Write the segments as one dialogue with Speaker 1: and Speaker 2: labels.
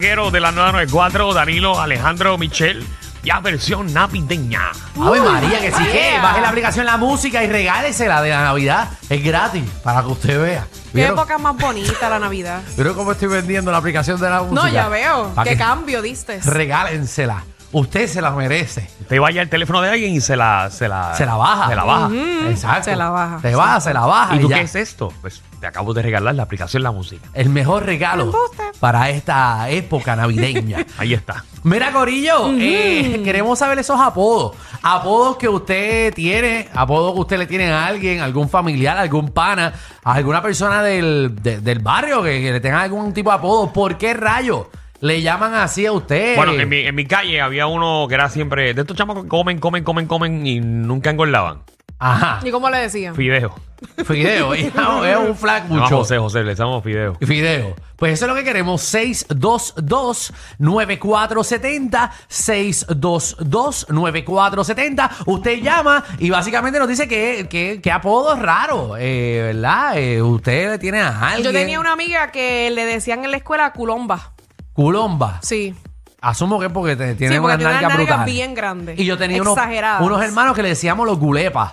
Speaker 1: Vaquero de la 994, Danilo Alejandro Michel, ya versión navideña.
Speaker 2: Ave María, que sí que baje la aplicación La Música y regálesela de la Navidad. Es gratis para que usted vea.
Speaker 3: Qué
Speaker 2: ¿Vieron?
Speaker 3: época más bonita la Navidad.
Speaker 2: ¿Vieron cómo estoy vendiendo la aplicación de La Música?
Speaker 3: No, ya veo.
Speaker 2: Pa'
Speaker 3: Qué
Speaker 2: que
Speaker 3: cambio diste.
Speaker 2: Regálensela. Usted se la merece.
Speaker 1: Te vaya el teléfono de alguien y se la, se la,
Speaker 2: Se la baja.
Speaker 1: Se la baja.
Speaker 2: Exacto.
Speaker 3: Se la baja.
Speaker 2: Se baja, se la baja.
Speaker 1: ¿Y tú
Speaker 2: ya.
Speaker 1: qué es esto? Pues te acabo de regalar la aplicación La Música.
Speaker 2: El mejor regalo
Speaker 3: Embuste.
Speaker 2: para esta época navideña.
Speaker 1: Ahí está.
Speaker 2: Mira, Corillo, eh, queremos saber esos apodos. Apodos que usted tiene, apodos que usted le tiene a alguien, algún familiar, algún pana, a alguna persona del, de- del barrio que, que le tenga algún tipo de apodo. ¿Por qué rayos le llaman así a usted?
Speaker 1: Bueno, en mi, en mi calle había uno que era siempre de estos chamacos que comen, comen, comen, comen y nunca engordaban.
Speaker 2: Ajá,
Speaker 3: ¿Y cómo le decían?
Speaker 1: Fideo.
Speaker 2: Fideo, es un flag
Speaker 1: No,
Speaker 2: mucho.
Speaker 1: José, José, le llamamos Fideo.
Speaker 2: Fideo. Pues eso es lo que queremos. 622-9470. 622-9470. Usted llama y básicamente nos dice que, que, que apodo raro, eh, ¿verdad? Eh, usted le tiene a alguien.
Speaker 3: Yo tenía una amiga que le decían en la escuela culomba.
Speaker 2: Culomba.
Speaker 3: Sí.
Speaker 2: Asumo que es porque te- tiene
Speaker 3: sí, porque
Speaker 2: una
Speaker 3: tiene
Speaker 2: nalga
Speaker 3: unas nalgas
Speaker 2: brutal.
Speaker 3: bien grandes.
Speaker 2: Y yo tenía unos,
Speaker 3: Exageradas.
Speaker 2: unos hermanos que le decíamos los gulepas.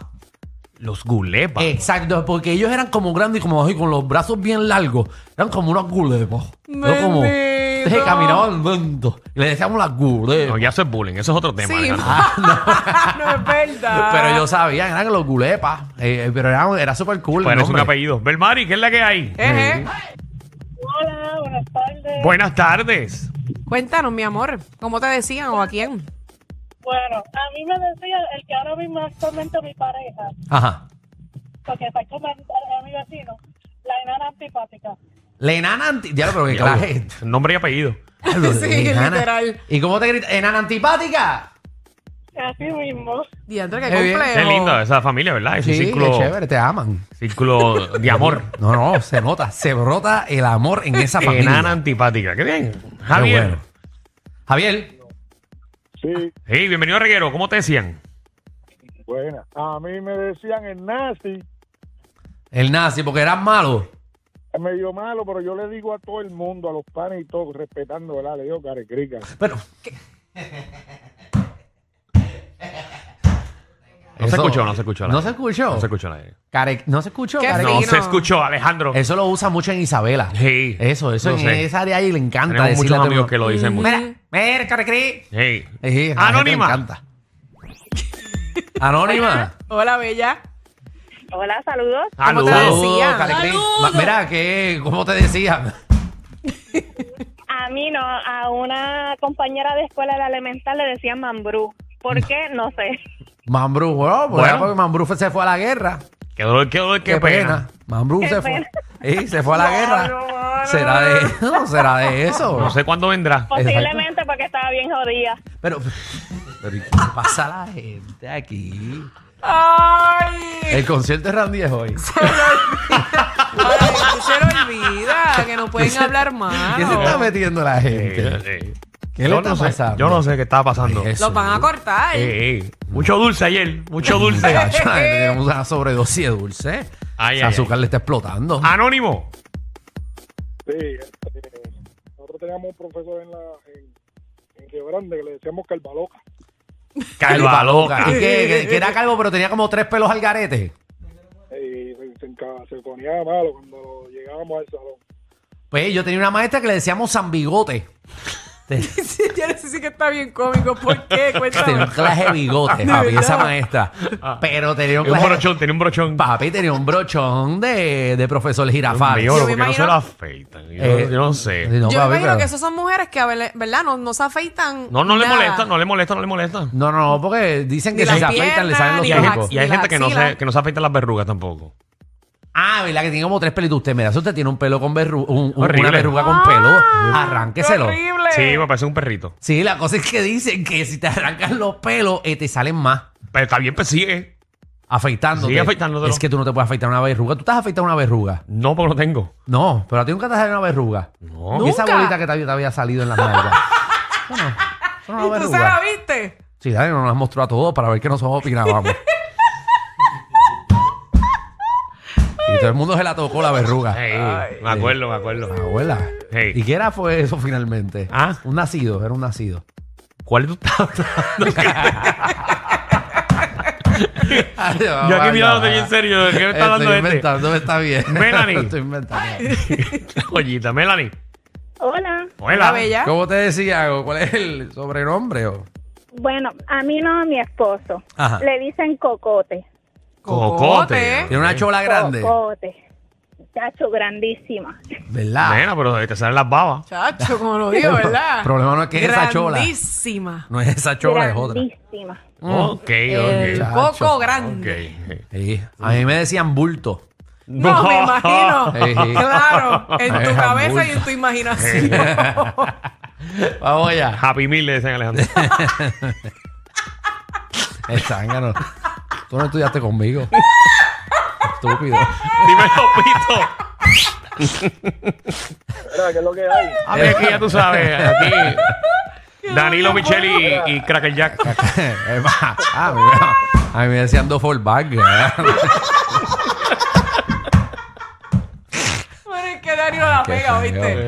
Speaker 1: Los gulepas.
Speaker 2: Exacto, porque ellos eran como grandes y como así, con los brazos bien largos. Eran como unos gulepos. Yo como.
Speaker 3: Bendito.
Speaker 2: Entonces caminaban lento. Y le decíamos las gulepas.
Speaker 1: No, ya eso es bullying, eso es otro tema.
Speaker 3: Sí.
Speaker 1: Alejandro.
Speaker 2: ah,
Speaker 3: no es verdad.
Speaker 2: Pero yo sabía, eran los gulepas. Eh, eh, pero era, era súper cool.
Speaker 1: Pues
Speaker 2: el
Speaker 1: eres un
Speaker 2: nombre.
Speaker 1: apellido. Belmari, ¿qué es la que hay?
Speaker 2: Eh.
Speaker 3: Ejé.
Speaker 4: Hola, Ah, buenas tardes.
Speaker 1: Buenas tardes.
Speaker 3: Cuéntanos, mi amor. ¿Cómo te decían o a quién?
Speaker 4: Bueno, a mí me decía el que ahora mismo actualmente mi pareja,
Speaker 2: Ajá.
Speaker 4: porque está como a mi vecino, la enana antipática.
Speaker 2: La enana anti... Ya, pero que clase.
Speaker 1: Nombre y apellido.
Speaker 2: Diablo,
Speaker 3: Sí,
Speaker 2: enana.
Speaker 3: literal.
Speaker 2: ¿Y cómo te gritas? ¿Enana antipática?
Speaker 4: Así mismo.
Speaker 3: Diantre, qué
Speaker 2: Qué bien.
Speaker 3: complejo.
Speaker 1: Qué linda esa familia, ¿verdad? Ese
Speaker 2: Sí, qué
Speaker 1: círculo,
Speaker 2: chévere, te aman.
Speaker 1: círculo de amor.
Speaker 2: No, no, se nota. se brota el amor en esa familia.
Speaker 1: Enana antipática. Qué bien.
Speaker 2: Qué
Speaker 1: Javier.
Speaker 2: bueno. Javier.
Speaker 5: Sí,
Speaker 1: Hey, bienvenido a Reguero. ¿Cómo te decían?
Speaker 5: buena. A mí me decían el
Speaker 2: Ah,
Speaker 5: nazi,
Speaker 2: El nazi, porque eras malo.
Speaker 5: es medio malo, pero yo le digo a todo el mundo, a los panes y todo, respetando, ¿verdad? Le digo carecrica.
Speaker 2: Pero.
Speaker 1: No se escuchó, no se escuchó.
Speaker 2: No se escuchó.
Speaker 1: No se escuchó nadie.
Speaker 2: Care- No se escuchó.
Speaker 3: Qué
Speaker 2: care-
Speaker 3: fino.
Speaker 1: No se escuchó, Alejandro.
Speaker 2: Eso lo usa mucho en Isabela.
Speaker 1: Sí.
Speaker 2: Eso, eso
Speaker 1: Lo
Speaker 2: en
Speaker 1: sé.
Speaker 2: esa área ahí le encanta
Speaker 1: Tenemos
Speaker 2: decirle
Speaker 1: muchos
Speaker 2: a todo el
Speaker 1: amigos
Speaker 2: mundo,
Speaker 1: que lo dicen mucho.
Speaker 2: Mira, mira, Carecri.
Speaker 1: Hey.
Speaker 2: Sí, a la gente le
Speaker 1: Anónima.
Speaker 2: encanta. Anónima.
Speaker 3: Hola, bella.
Speaker 4: Hola, saludos.
Speaker 3: ¿Cómo te
Speaker 1: Saludos.
Speaker 3: decían?
Speaker 2: Calecrín.
Speaker 3: Saludos.
Speaker 2: Ma- Mira, ¿qué? ¿cómo te decían?
Speaker 4: A mí no, a una compañera de escuela de la elemental le decían mambrú. ¿Por qué? No sé.
Speaker 2: Mambrú, bueno, pues
Speaker 1: Bueno.
Speaker 2: era porque Mambrú fue- se fue a la guerra.
Speaker 1: Qué dolor, qué dolor, qué, pena.
Speaker 2: Mambrú
Speaker 4: Qué
Speaker 2: se
Speaker 4: pena.
Speaker 2: fue. Sí, se fue a la guerra.
Speaker 3: no, no,
Speaker 2: será de eso, será de eso.
Speaker 1: No sé cuándo vendrá.
Speaker 4: Posiblemente porque estaba bien jodida.
Speaker 2: Pero, pero ¿y ¿qué le pasa a la gente aquí?
Speaker 3: Ay.
Speaker 2: El concierto de Randy es hoy.
Speaker 3: Ay, se lo olvida que no pueden hablar más.
Speaker 2: ¿Qué se está metiendo la gente?
Speaker 1: Eh, eh.
Speaker 2: ¿Qué le
Speaker 1: Yo
Speaker 2: está
Speaker 1: no sé,
Speaker 2: pasando?
Speaker 1: Yo no sé qué estaba pasando.
Speaker 2: Eso.
Speaker 3: Los van a cortar.
Speaker 1: Eh, eh. Mucho dulce ayer. Mucho dulce.
Speaker 2: Muchacha, Tenemos una sobredosis de dulce.
Speaker 1: Ay,
Speaker 2: Ese
Speaker 1: ay, Ah,
Speaker 2: azúcar le está explotando.
Speaker 1: Anónimo.
Speaker 5: Sí, este, nosotros teníamos un profesor en, la, en, en Río Grande que le decíamos calvaloca.
Speaker 1: Calva
Speaker 2: Y
Speaker 1: loca.
Speaker 2: que, que- que era calvo, pero tenía como tres pelos al garete.
Speaker 5: eh, Y se, se, enca- se ponía malo cuando llegábamos al salón.
Speaker 2: Pues yo tenía una maestra que le decíamos San Bigote.
Speaker 3: Sí, ya no sé si que está bien cómico. ¿Por qué?
Speaker 2: Tenía un
Speaker 3: Cuéntame.
Speaker 2: clase de bigote,
Speaker 3: ¿De
Speaker 2: papi,
Speaker 3: verdad?
Speaker 2: esa maestra. Pero tenía
Speaker 1: Tenía
Speaker 2: un
Speaker 1: un
Speaker 2: clase-
Speaker 1: brochón, tenía un brochón.
Speaker 2: Papi tenía un brochón de, de profesor
Speaker 1: Dios
Speaker 2: jirafal.
Speaker 1: mío,
Speaker 3: Yo
Speaker 1: porque
Speaker 3: me
Speaker 1: no se
Speaker 3: imagino-
Speaker 1: lo afeitan. Yo,
Speaker 2: Eh,
Speaker 1: yo no sé.
Speaker 2: No,
Speaker 3: Yo me
Speaker 2: papi,
Speaker 3: imagino
Speaker 2: pero-
Speaker 3: que esas son mujeres que, a ver, ¿verdad? No, no se afeitan.
Speaker 1: No, no le
Speaker 3: nada.
Speaker 1: molesta, no le molesta, no le molesta.
Speaker 2: No, no, no, porque dicen
Speaker 3: Ni
Speaker 2: que si
Speaker 3: las
Speaker 2: se afeitan le
Speaker 3: piernas,
Speaker 2: salen
Speaker 1: Y
Speaker 2: los
Speaker 3: ni
Speaker 1: hay,
Speaker 3: los
Speaker 1: gente,
Speaker 2: ojos.
Speaker 3: axi-
Speaker 1: y hay
Speaker 3: las
Speaker 1: gente que no, se,
Speaker 3: axilas.
Speaker 1: que no se afeita las verrugas tampoco.
Speaker 2: Ah, ¿verdad? Que tiene como tres pelitos usted. Mira, si usted tiene un pelo con verruga,
Speaker 1: Horrible.
Speaker 2: una verruga con pelo, arránqueselo.
Speaker 3: horrible!
Speaker 1: Sí, me parece un perrito.
Speaker 2: Sí, la cosa es que dicen que si te arrancan los pelos, eh, te salen más
Speaker 1: Pero está bien, pues sigue.
Speaker 2: afeitándote.
Speaker 1: Sigue afeitándotelo.
Speaker 2: Es que tú no te puedes afeitar una verruga. ¿Tú estás afeitado una verruga?
Speaker 1: No, porque lo tengo.
Speaker 2: No, pero a ti nunca te sale una verruga.
Speaker 1: No.
Speaker 2: Y esa
Speaker 3: Nunca.
Speaker 2: bolita que te había, te había salido en las nalgas. Bueno, eso no es
Speaker 3: ¿Y
Speaker 2: una
Speaker 3: tú se la
Speaker 2: verruga.
Speaker 3: viste?
Speaker 2: Sí, dale, nos las mostró a todos para ver qué nosotros opinábamos. y todo el mundo se la tocó la verruga.
Speaker 1: Ey, me acuerdo, me acuerdo.
Speaker 2: Abuela.
Speaker 1: Hey.
Speaker 2: ¿Y qué era fue eso finalmente?
Speaker 1: Ah.
Speaker 2: Un nacido, era un nacido.
Speaker 1: ¿Cuál tú estás hablando? Yo
Speaker 2: Ay,
Speaker 1: aquí
Speaker 2: Ah, vaya,
Speaker 1: mirándote
Speaker 2: vaya.
Speaker 1: bien serio. ¿De qué me está hablando
Speaker 2: Estoy
Speaker 1: este?
Speaker 2: inventando, está bien.
Speaker 1: Melanie.
Speaker 2: Estoy inventando.
Speaker 1: Ollita, Melanie.
Speaker 4: Hola.
Speaker 1: Hola.
Speaker 3: La bella.
Speaker 2: ¿Cómo te decía? ¿Cuál es el sobrenombre? o?
Speaker 4: Bueno, a mí no, a mi esposo.
Speaker 2: Ajá.
Speaker 4: Le dicen cocote.
Speaker 1: Cocote.
Speaker 2: Tiene una chola grande.
Speaker 3: Oh,
Speaker 4: Cocote. Chacho, grandísima.
Speaker 2: ¿Verdad?
Speaker 1: Nena, pero te salen las babas.
Speaker 3: Chacho, como lo digo, ¿verdad?
Speaker 2: El problema no es que es esa chola.
Speaker 3: Grandísima.
Speaker 2: No es esa chola, es otra.
Speaker 4: grandísima.
Speaker 2: Mm.
Speaker 1: Ok,
Speaker 3: El
Speaker 1: ok.
Speaker 3: coco
Speaker 1: Ok. eh.
Speaker 3: grande.
Speaker 2: Sí. A mí me decían bulto.
Speaker 3: No, me imagino.
Speaker 2: Sí.
Speaker 3: Claro, en tu
Speaker 2: Deja
Speaker 3: cabeza y en
Speaker 2: bulto.
Speaker 3: tu imaginación.
Speaker 2: Vamos allá.
Speaker 1: Happy Meal le dicen a Alejandro.
Speaker 2: El zángano. Tú no estudiaste conmigo. Estúpido.
Speaker 1: Dímelo, Pito.
Speaker 5: Mira, ¿qué es lo que hay?
Speaker 1: A ver, aquí ya tú sabes. Aquí. Danilo Michel y, y Cracker
Speaker 2: Ah,
Speaker 1: Jack.
Speaker 2: Es más, a, mí, me- a mí me decían dos for ¿eh? back.
Speaker 3: Bueno, es que Darío la
Speaker 2: Qué
Speaker 3: pega,
Speaker 2: feo.
Speaker 3: ¿viste?
Speaker 2: Pero y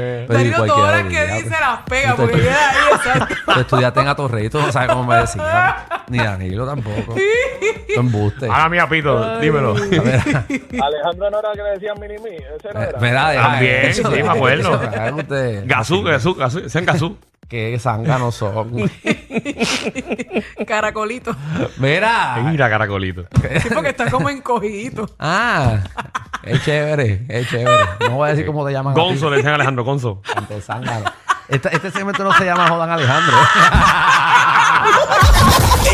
Speaker 3: Darío
Speaker 2: cualquiera
Speaker 3: todas las
Speaker 2: lo
Speaker 3: que
Speaker 2: diría,
Speaker 3: dice
Speaker 2: pues.
Speaker 3: las pega,
Speaker 2: Esto es
Speaker 3: porque
Speaker 2: tuyo.
Speaker 3: queda ahí, exacto.
Speaker 2: Tú estudiaste en Atorrey, tú no sabes cómo me decían. Ni Danilo tampoco. Tú embuste.
Speaker 1: Ahora mía, Pito, dímelo.
Speaker 5: Alejandro no era que le decían mini mí. Ese no era.
Speaker 2: Eh, Mira, deja
Speaker 1: También,
Speaker 2: eso,
Speaker 1: sí, me
Speaker 2: deja
Speaker 1: acuerdo.
Speaker 2: eso, hagan ustedes.
Speaker 1: Gazú, Gazú, Gazú. Sean Gazú.
Speaker 2: Qué zánganos son.
Speaker 3: Caracolito.
Speaker 2: Mira.
Speaker 1: Mira, caracolito.
Speaker 3: Sí, porque está como encogidito.
Speaker 2: Ah, es chévere, es chévere. No voy a decir cómo te llaman. a ti.
Speaker 1: Gonzo le dicen a Alejandro, Gonzo.
Speaker 2: Ante zángano. Este, este segmento no se llama Jodan Alejandro.